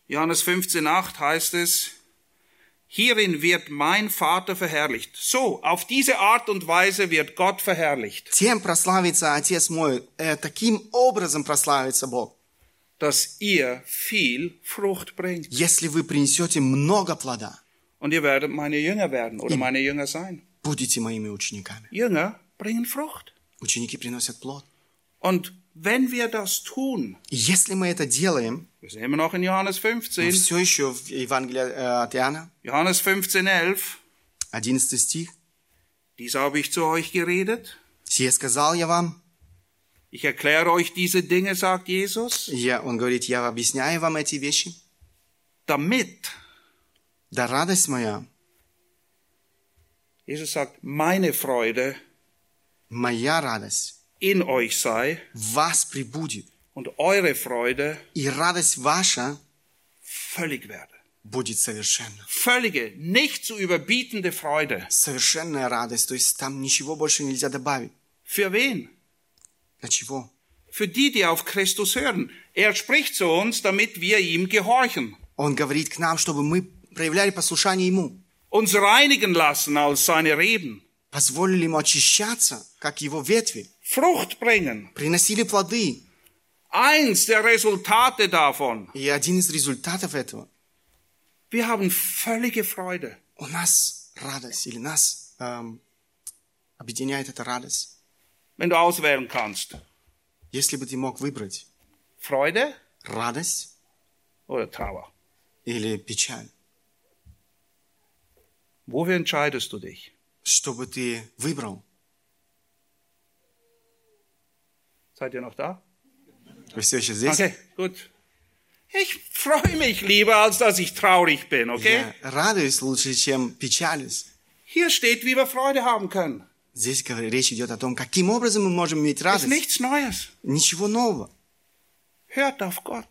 A: Johannes 15,8 heißt es, Hierin wird mein Vater verherrlicht. So, auf diese Art und Weise wird Gott verherrlicht,
B: Тем прославится Отец мой. э, таким образом прославится Бог.
A: dass ihr viel Frucht bringt.
B: Если вы принесете много плода,
A: Und ihr werdet meine Jünger werden oder meine Jünger sein.
B: будете моими учениками.
A: Jünger bringen Frucht.
B: Ученики приносят плод.
A: Und wenn wir das tun,
B: И Если мы это делаем,
A: wir sind immer noch in Johannes
B: мы
A: 15,
B: все еще в Евангелии э, от Иоанна,
A: Johannes 15, 11,
B: 11 стих.
A: dies habe ich zu euch geredet.
B: «Сие сказал я вам».
A: Ich erkläre euch diese Dinge, sagt Jesus,
B: Я, он говорит, я объясняю вам эти вещи.
A: damit,
B: «Да радость моя,
A: Jesus sagt, meine Freude
B: моя радость,
A: in euch sei
B: в вас прибудет,
A: und eure Freude
B: и радость ваша
A: völlig werde.
B: будет совершенна.
A: Völlige, nicht zu überbietende Freude.
B: Совершенная радость, то есть там ничего больше нельзя добавить.
A: Für wen?
B: Для чего?
A: Für die, die auf Christus hören. Er spricht zu uns, damit wir ihm gehorchen.
B: Он говорит к нам, чтобы мы проявляли послушание Ему,
A: Uns reinigen lassen als seine Reben.
B: позволили Ему очищаться, как Его ветви,
A: Frucht bringen.
B: приносили плоды.
A: Eins der Resultate davon.
B: И один из результатов этого
A: Wir haben völlige Freude.
B: – у нас радость, или нас эм, объединяет эта радость.
A: Wenn du auswählen kannst.
B: Если бы ты мог выбрать
A: Freude
B: радость
A: oder Trauer.
B: или печаль,
A: Wofür entscheidest du dich?
B: что бы ты выбрал?
A: Seid ihr noch da?
B: Вы все еще здесь?
A: Okay, gut. Ich freue mich lieber, als dass ich traurig bin, okay?
B: Я радуюсь лучше, чем печалюсь.
A: Hier steht, wie wir Freude haben können.
B: Здесь говор- речь идет о том, каким образом мы можем иметь
A: Das ist
B: радость.
A: nichts Neues.
B: Ничего нового.
A: Hört auf Gott.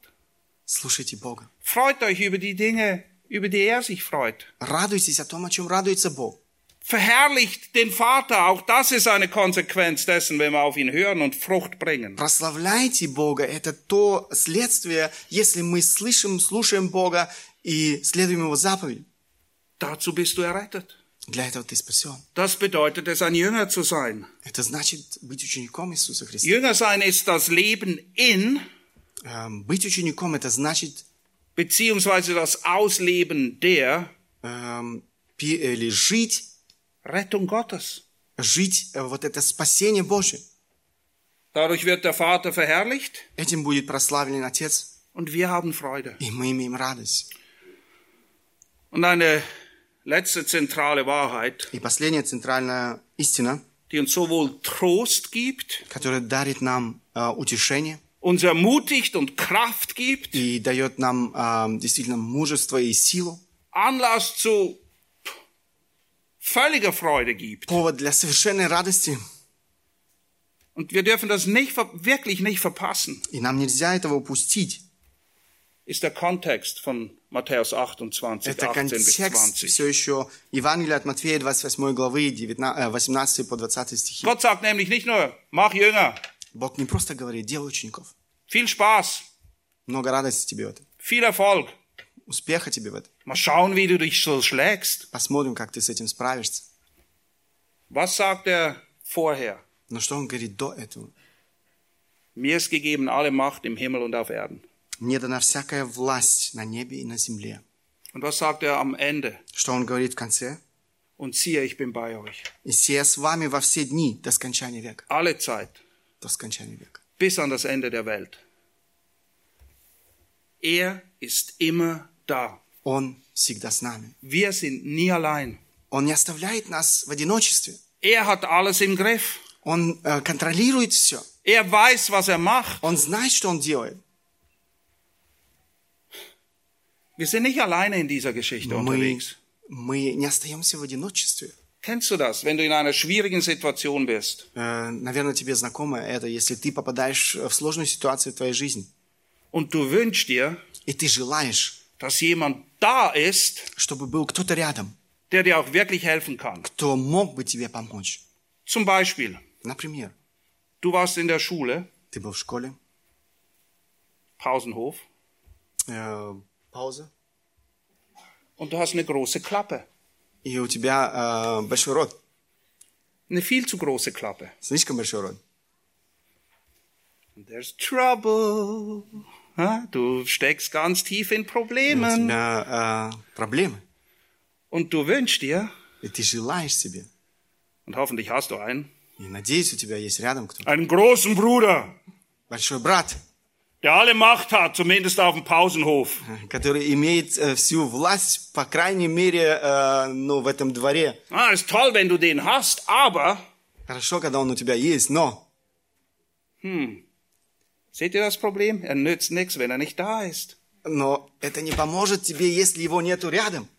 B: Слушайте Бога.
A: Freut euch über die Dinge, über die er sich freut.
B: Радуйтесь о том, о чем радуется Бог.
A: Verherrlicht den Vater. Auch das ist eine Konsequenz dessen, wenn wir auf ihn hören und Frucht bringen.
B: Прославляйте Бога. Это то следствие, если мы слышим, слушаем Бога и следуем Его заповедям.
A: Dazu bist du errettet.
B: Для этого ты спасен.
A: Das bedeutet es, ein Jünger zu sein.
B: Это значит быть учеником Иисуса Христа.
A: Jünger sein ist das Leben in,
B: Эм, Быть учеником – это значит
A: beziehungsweise das Ausleben der
B: эм, пи- или жить,
A: Rettung Gottes.
B: жить э, вот это спасение Божие.
A: Dadurch wird der Vater verherrlicht
B: Этим будет прославлен Отец
A: und wir haben Freude.
B: И мы имеем радость.
A: Und eine letzte zentrale Wahrheit,
B: И последняя центральная истина,
A: die uns sowohl Trost gibt,
B: которая дарит нам э, утешение
A: uns ermutigt und Kraft gibt,
B: и дает нам э, действительно мужество и силу,
A: Anlass zu völliger Freude gibt.
B: повод для совершенной радости.
A: Und wir dürfen das nicht, ver- wirklich nicht verpassen,
B: И нам нельзя этого упустить.
A: ist der Kontext von Matthäus 28,
B: Это
A: 18 bis
B: контекст
A: 20.
B: все еще Евангелия от Матфея, 28 главы, 19, э, 18 по 20 стихи.
A: Gott sagt nämlich nicht nur, mach Jünger,
B: Бог не просто говорит, делай учеников.
A: viel Spaß,
B: Много радости тебе в этом.
A: viel Erfolg.
B: Успеха тебе в этом.
A: Mal schauen, wie du dich so schlägst.
B: Посмотрим, как ты с этим справишься.
A: Was sagt er vorher?
B: Но что он говорит до этого?
A: Mir ist gegeben alle Macht im Himmel und auf Erden.
B: Мне дана всякая власть на небе и на земле.
A: Und was sagt er am Ende?
B: Что он говорит в конце?
A: Und siehe, ich bin bei euch.
B: «И сия с вами во все дни до скончания века».
A: Alle Zeit,
B: До скончания века.
A: bis an das Ende der Welt. Er ist immer da.
B: Он всегда с нами.
A: Wir sind nie allein.
B: Он не оставляет нас в одиночестве.
A: Er hat alles im Griff.
B: Он э, контролирует все.
A: Er weiß, was er macht.
B: Он знает, что он делает.
A: Wir sind nicht alleine in dieser Geschichte
B: Мы,
A: unterwegs.
B: мы не остаемся в одиночестве.
A: Kennst du das, wenn du in einer schwierigen Situation bist
B: Э, наверное, тебе знакомо это, если ты попадаешь в сложную ситуацию в твоей жизни.
A: und du wünschst dir,
B: И ты желаешь,
A: dass jemand da ist,
B: чтобы был кто-то rядом,
A: der dir auch wirklich helfen kann?
B: кто мог бы тебе помочь.
A: Zum Beispiel,
B: Например,
A: du warst in der Schule,
B: ты был в школе,
A: Pausenhof,
B: э, пауза,
A: und du hast eine große Klappe.
B: и у тебя э, большой рот,
A: Eine viel zu große Klappe.
B: слишком большой рот.
A: There's trouble. Ha, Du steckst ganz tief in
B: У
A: Problemen.
B: тебя э, проблемы,
A: Und du wünschst dir,
B: и ты желаешь себе.
A: und hoffentlich hast du einen,
B: И надеюсь, у тебя есть рядом кто-то.
A: einen großen Bruder,
B: Большой брат,
A: der alle Macht hat, zumindest auf dem Pausenhof.
B: э, который имеет э, всю власть, по крайней мере, э, ну, в этом дворе.
A: Ah, ist toll, wenn du den hast, aber,
B: Хорошо, когда он у тебя есть, но
A: seht ihr das Problem? Er nützt nichts, wenn er nicht da ist.
B: Но это не поможет тебе, если его нету рядом.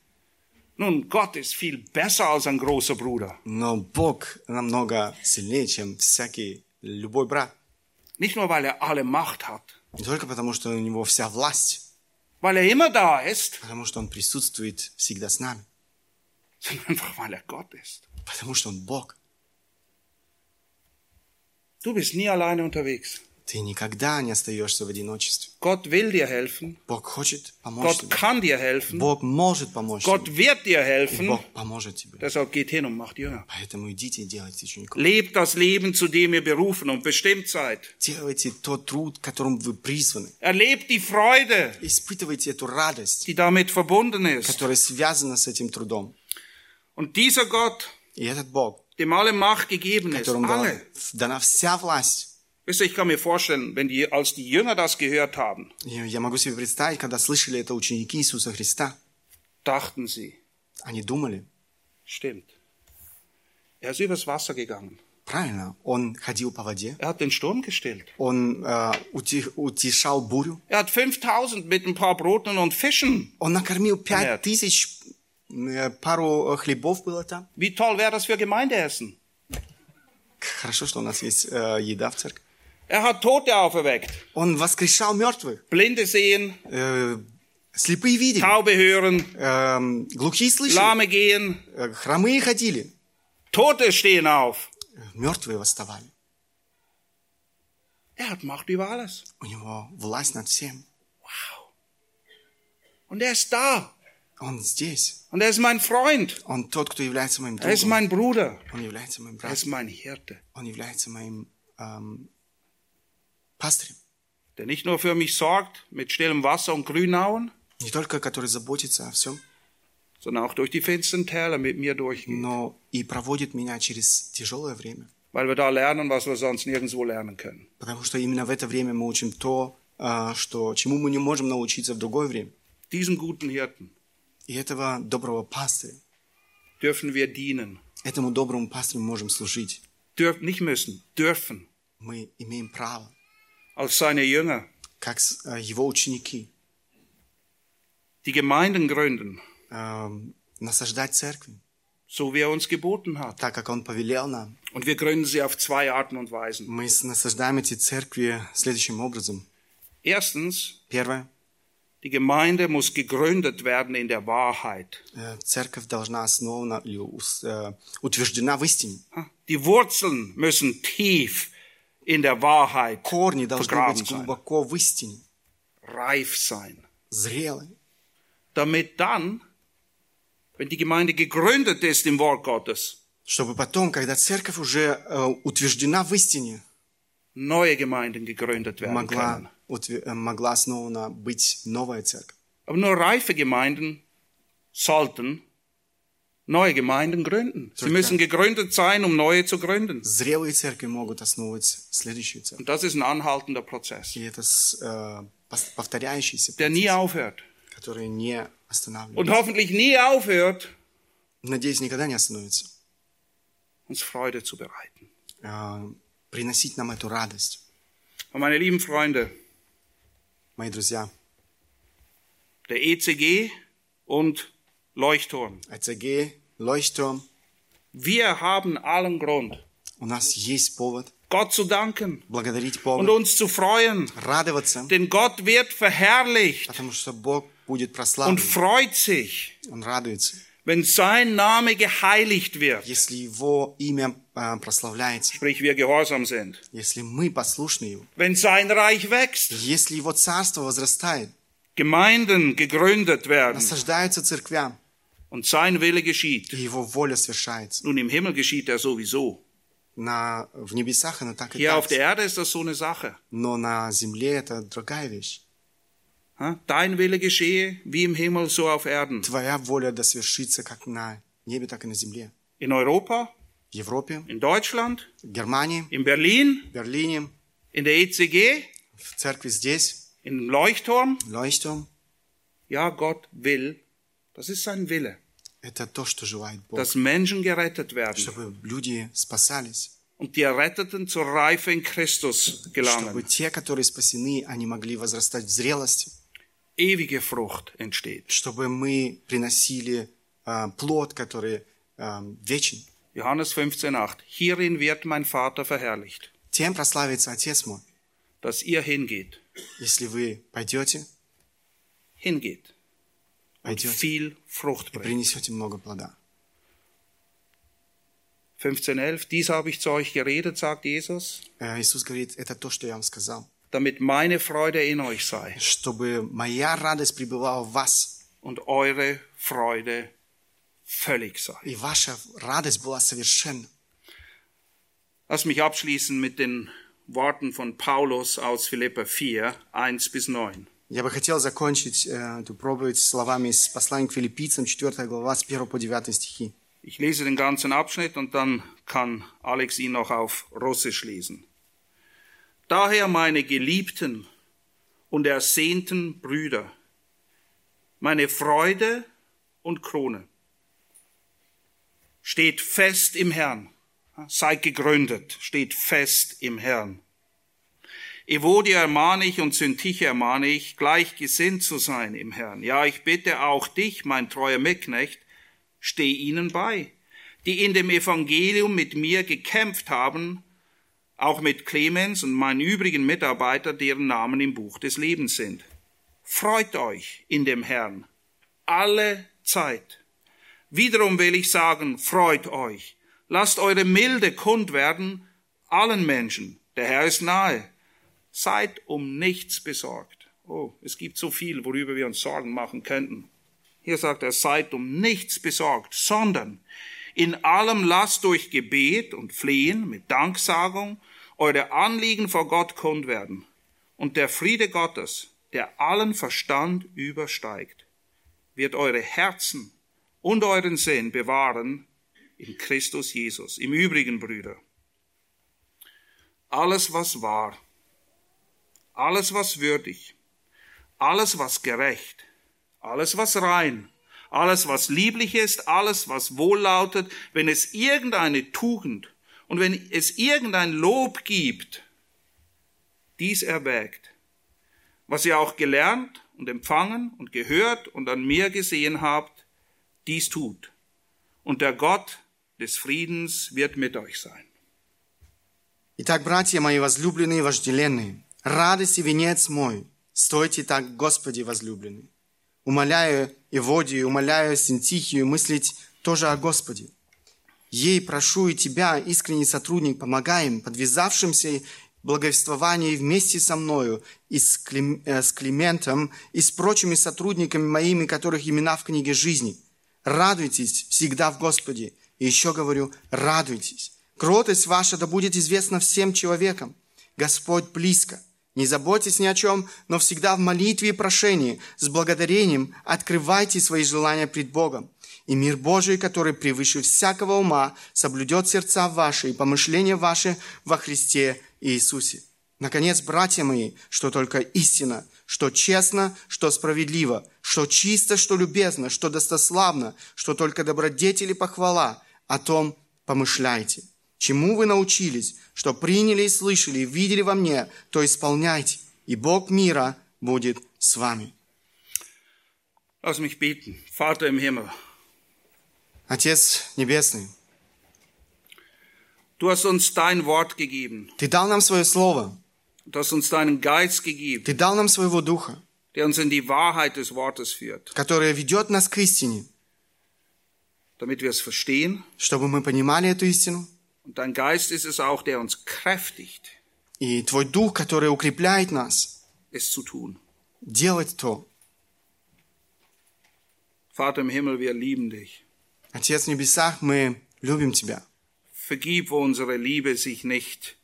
A: Nun, Gott ist viel besser als ein großer Bruder.
B: Но Бог намного сильнее, чем всякий любой брат.
A: Nicht nur, weil er alle Macht hat,
B: Не только потому, что у него вся власть,
A: weil er immer da ist,
B: потому что он присутствует всегда с нами,
A: sondern einfach, weil er Gott ist.
B: потому что он Бог.
A: Du bist nie alleine unterwegs.
B: Ты никогда не остаешься в одиночестве.
A: Gott will dir helfen.
B: Bог хочет помочь
A: Gott
B: тебе.
A: kann dir helfen.
B: Бог может помочь тебе.
A: Gott wird dir
B: И
A: helfen.
B: Бог поможет тебе.
A: Deshalb geht hin und macht Jünger.
B: Поэтому идите и делайте учеников.
A: Lebt das Leben, zu dem ihr berufen und bestimmt seid.
B: Делайте тот труд, которым вы призваны.
A: Erlebt die Freude,
B: Испытывайте эту радость,
A: die damit verbunden ist.
B: которая связана с этим трудом.
A: Und dieser Gott,
B: И этот Бог,
A: dem alle Macht gegeben ist,
B: которому дана,
A: alle.
B: дана вся власть,
A: Wisst ihr, ich kann mir vorstellen, wenn die, als die Jünger das gehört haben,
B: И Я могу себе представить, когда слышали это ученики Иисуса Христа,
A: dachten sie,
B: они думали,
A: stimmt. Er ist übers Wasser gegangen.
B: правильно, он ходил по воде,
A: Er hat den Sturm gestillt.
B: он э, утих- утешал бурю,
A: Er hat 5000 mit ein paar Broten und Fischen.
B: он накормил пять
A: Понятно.
B: тысяч, э, пару э, хлебов было там.
A: Wie toll wäre das für Gemeindeessen?
B: Хорошо, что у нас есть э, еда в церкви.
A: Er hat Tote auferweckt,
B: Он воскрешал мертвых,
A: Blinde sehen,
B: э, слепые видели,
A: Taube hören,
B: э, глухие слышали,
A: Lahme gehen,
B: э, хромые ходили,
A: Tote stehen auf.
B: э, мертвые восставали.
A: Er hat Macht über alles.
B: У него власть над всем.
A: Und er ist da.
B: Он здесь.
A: Und er ist mein Freund.
B: Он тот, кто является моим
A: Er ist
B: другом.
A: mein Bruder.
B: Он является моим
A: Er
B: братом.
A: ist mein Hirte,
B: Он является моим эм, пастырем.
A: der nicht nur für mich sorgt mit stillem Wasser und Grünauen,
B: Не только который заботится о всем,
A: sondern auch durch die finsteren Täler mit mir durchgeht.
B: но и проводит меня через тяжелое время.
A: Weil wir da lernen, was wir sonst nirgendwo lernen können.
B: Потому что именно в это время мы учим то, а, что, чему мы не можем научиться в другое время.
A: Diesem guten Hirten
B: И этого доброго пастыря,
A: dürfen wir dienen.
B: этому доброму пастырю мы можем служить.
A: Dürf, nicht müssen, dürfen.
B: Мы имеем право,
A: Als seine Jünger,
B: как с- э, его ученики,
A: die Gemeinden gründen,
B: эм, э, насаждать церкви,
A: so wie er uns geboten hat.
B: так как Он повелел нам.
A: Und wir gründen sie auf zwei Arten und Weisen.
B: Мы с- насаждаем эти церкви следующим образом.
A: Erstens,
B: Первое.
A: die Gemeinde muss gegründet werden in der Wahrheit.
B: э, Церковь должна основана или ус- э, утверждена в истине.
A: Die Wurzeln müssen tief in der Wahrheit
B: Корни должны
A: Vergraben
B: быть
A: sein.
B: глубоко в истине,
A: reif sein,
B: зрелы.
A: damit dann, wenn die Gemeinde gegründet ist im Wort Gottes,
B: Чтобы потом, когда церковь уже э, утверждена в истине,
A: neue Gemeinden gegründet werden können.
B: могла, утве- э, могла основана быть новая церковь.
A: Aber nur reife Gemeinden sollten neue Gemeinden gründen. Sie
B: Verstanden.
A: müssen gegründet sein, um neue zu gründen.
B: Зрелые церкви могут основывать следующую церковь.
A: Und das ist ein anhaltender Prozess,
B: И это с- э, пос- повторяющийся
A: der
B: процесс,
A: nie aufhört.
B: который не останавливается.
A: Und hoffentlich nie aufhört,
B: Надеюсь, никогда не остановится.
A: uns Freude zu bereiten.
B: Э, приносить нам эту радость.
A: Und meine lieben Freunde,
B: Мои друзья,
A: der ECG und Leuchtturm.
B: АЦГ, Leuchtturm,
A: Wir haben allen Grund,
B: у нас есть повод
A: Gott zu danken
B: благодарить
A: und
B: Бога,
A: uns zu freuen,
B: радоваться,
A: denn Gott wird verherrlicht
B: потому что Бог будет прославлен,
A: und freut sich,
B: Он радуется,
A: wenn sein Name geheiligt wird.
B: если Его имя э, прославляется,
A: Sprich, wir gehorsam sind.
B: если мы послушны Его,
A: Wenn sein Reich wächst,
B: если Его царство возрастает,
A: Gemeinden gegründet werden
B: насаждаются церквям,
A: und sein Wille geschieht.
B: и Его воля свершается.
A: Nun, im Himmel geschieht er sowieso.
B: На, в небесах оно так и
A: Hier auf
B: так.
A: der Erde ist das so eine Sache.
B: Но на земле это другая вещь.
A: Ha? Dein Wille geschehe wie im Himmel, so auf Erden.
B: Твоя воля да свершится как на небе, так и на земле.
A: In Europa,
B: В Европе,
A: in Deutschland,
B: в Германии,
A: in Berlin,
B: в Берлине,
A: in der E ECG,
B: в церкви здесь,
A: im Leuchtturm.
B: в Лойстом.
A: Ja, Gott will, das ist sein Wille,
B: Это то, что желает Бог.
A: dass Menschen gerettet werden
B: Чтобы люди спасались.
A: und die Erretteten zur Reife in Christus
B: Чтобы
A: gelangen.
B: те, которые спасены, они могли возрастать в зрелости.
A: Ewige Frucht entsteht.
B: Чтобы мы приносили э, плод, который э, вечен.
A: Johannes 15,8. Hierin wird mein Vater verherrlicht,
B: Тем прославится Отец мой.
A: dass ihr hingeht.
B: Если вы пойдете,
A: Hingeht. Und
B: пойдете,
A: viel Frucht bringt.
B: принесете много плода.
A: 15,11. Dies habe ich zu euch geredet, sagt Jesus,
B: Э, Иисус говорит, это то, что я вам сказал.
A: damit meine Freude in euch sei
B: чтобы моя радость пребывала в вас,
A: und eure Freude völlig sei.
B: и ваша радость была совершенна.
A: Lass mich abschließen mit den Worten von Paulus aus Philippa 4, 1 bis 9.
B: Я бы хотел закончить э, эту проповедь словами из послания к филиппийцам, 4 глава, с 1 по 9 стихи.
A: Ich lese den ganzen Abschnitt und dann kann Alex ihn noch auf Russisch lesen. Daher, meine geliebten und ersehnten Brüder, meine Freude und Krone, steht fest im Herrn, seid gegründet, steht fest im Herrn. Evodia ermahne ich und Syntiche ermahne ich, gleichgesinnt zu sein im Herrn. Ja, ich bitte auch dich, mein treuer Mitknecht, steh ihnen bei, die in dem Evangelium mit mir gekämpft haben, auch mit Clemens und meinen übrigen Mitarbeitern, deren Namen im Buch des Lebens sind. Freut euch in dem Herrn alle Zeit. Wiederum will ich sagen, freut euch. Lasst eure Milde kund werden allen Menschen. Der Herr ist nahe. Seid um nichts besorgt. Oh, es gibt so viel, worüber wir uns Sorgen machen könnten. Hier sagt er, seid um nichts besorgt, sondern in allem lasst durch Gebet und Flehen mit Danksagung eure Anliegen vor Gott kund werden. Und der Friede Gottes, der allen Verstand übersteigt, wird eure Herzen und euren Sinn bewahren in Christus Jesus. Im Übrigen, Brüder, alles was wahr, alles was würdig, alles was gerecht, alles was rein, alles was lieblich ist, alles was wohllautet, wenn es irgendeine Tugend und wenn es irgendein Lob gibt, dies erwägt, was ihr auch gelernt und empfangen und gehört und an mir gesehen habt, dies tut. und der Gott des Friedens wird mit euch sein.
B: Итак, братья мои возлюбленные и вожделенные, радость и венец мой, стойте так, Господи возлюбленный. Умоляю Иводию, умоляю Синтихию мыслить тоже о Господе. Ей прошу и тебя, искренний сотрудник, помогай им, подвязавшимся благовествовании вместе со мною и с, Клим, э, с Климентом и с прочими сотрудниками моими, которых имена в книге жизни. Радуйтесь всегда в Господе. И еще говорю, радуйтесь. Кротость ваша да будет известна всем человекам. Господь близко. Не заботьтесь ни о чем, но всегда в молитве и прошении с благодарением открывайте свои желания пред Богом. И мир Божий, который превыше всякого ума, соблюдет сердца ваши и помышления ваши во Христе Иисусе. Наконец, братья мои, что только истина, что честно, что справедливо, что чисто, что любезно, что достославно, что только добродетели похвала, о том помышляйте. Чему вы научились, что приняли и слышали, и видели во мне, то исполняйте, и Бог мира будет с вами.
A: Lass mich beten, Vater im Himmel,
B: Отец Небесный,
A: du hast uns dein Wort gegeben,
B: Ты дал нам свое слово,
A: du hast uns deinen Geist gegeben,
B: Ты дал нам своего Духа,
A: der uns in die Wahrheit des Wortes führt,
B: которое ведет нас к истине,
A: damit wir es verstehen.
B: чтобы мы понимали эту истину,
A: Und dein Geist ist es auch, der uns kräftigt,
B: и Твой Дух, который укрепляет нас
A: es zu tun.
B: делать то.
A: Vater im Himmel, wir lieben dich.
B: Отец в небесах, мы любим Тебя.
A: Vergib, wo unsere Liebe sich nicht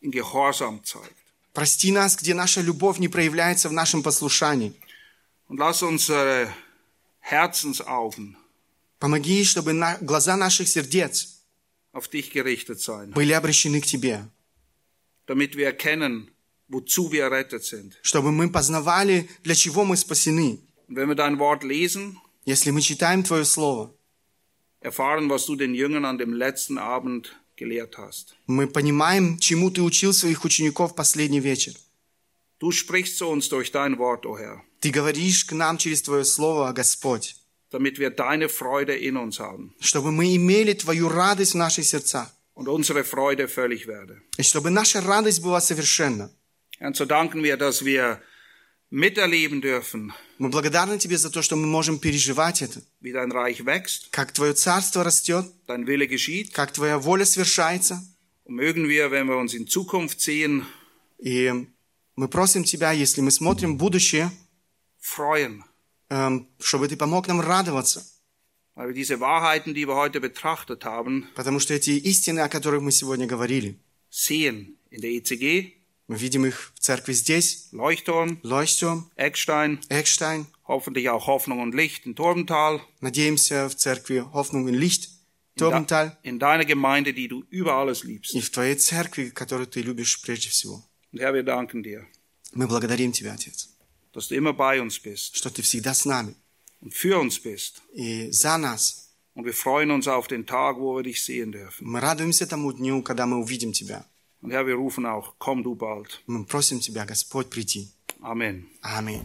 A: in Gehorsam zeigt.
B: Прости нас, где наша любовь не проявляется в нашем послушании.
A: Und lass unsere Herzensaugen
B: Помоги, чтобы на- глаза наших сердец
A: auf dich gerichtet sein,
B: были обращены к Тебе,
A: damit wir erkennen, wozu wir errettet sind.
B: чтобы мы познавали, для чего мы спасены.
A: Und wenn wir dein Wort lesen,
B: Если мы читаем Твое Слово,
A: erfahren, was du den Jüngern an dem letzten Abend gelehrt hast.
B: мы понимаем, чему Ты учил своих учеников в последний вечер.
A: Du sprichst zu uns durch dein Wort, o Herr,
B: Ты говоришь к нам через Твое Слово, Господь,
A: damit wir deine Freude in uns haben
B: чтобы мы имели Твою радость в наших сердцах,
A: und unsere Freude völlig werde.
B: и чтобы наша радость была совершенна.
A: Herrn, so danken wir, dass wir miterleben dürfen,
B: Мы благодарны Тебе за то, что мы можем переживать это,
A: wie dein Reich wächst,
B: как Твое Царство растет,
A: dein Wille geschieht.
B: как Твоя воля свершается.
A: Und mögen wir, wenn wir uns in Zukunft sehen,
B: И мы просим Тебя, если мы смотрим в будущее,
A: freuen,
B: эм, чтобы Ты помог нам радоваться,
A: weil wir diese Wahrheiten, die wir heute betrachtet haben,
B: потому что эти истины, о которых мы сегодня говорили,
A: sehen. In der E ECG,
B: мы видим их в церкви здесь,
A: Leuchtturm,
B: Лойстюм,
A: Eckstein,
B: Экштайн,
A: hoffentlich auch Hoffnung und Licht in Turmtal,
B: надеемся, в церкви Hoffnung und Licht, Торнталь,
A: in deiner Gemeinde, die du über alles liebst.
B: и в Твоей церкви, которую Ты любишь прежде всего.
A: Und Herr, wir danken dir,
B: Мы благодарим Тебя, Отец,
A: dass du immer bei uns bist
B: что Ты всегда с нами
A: und für uns bist.
B: и за нас.
A: Und wir freuen uns auf den Tag, wo wir dich sehen dürfen.
B: Мы радуемся тому дню, когда мы увидим Тебя.
A: Und Herr, wir rufen auch, komm du bald.
B: Мы просим Тебя, Господь, приди.
A: Amen.
B: Аминь.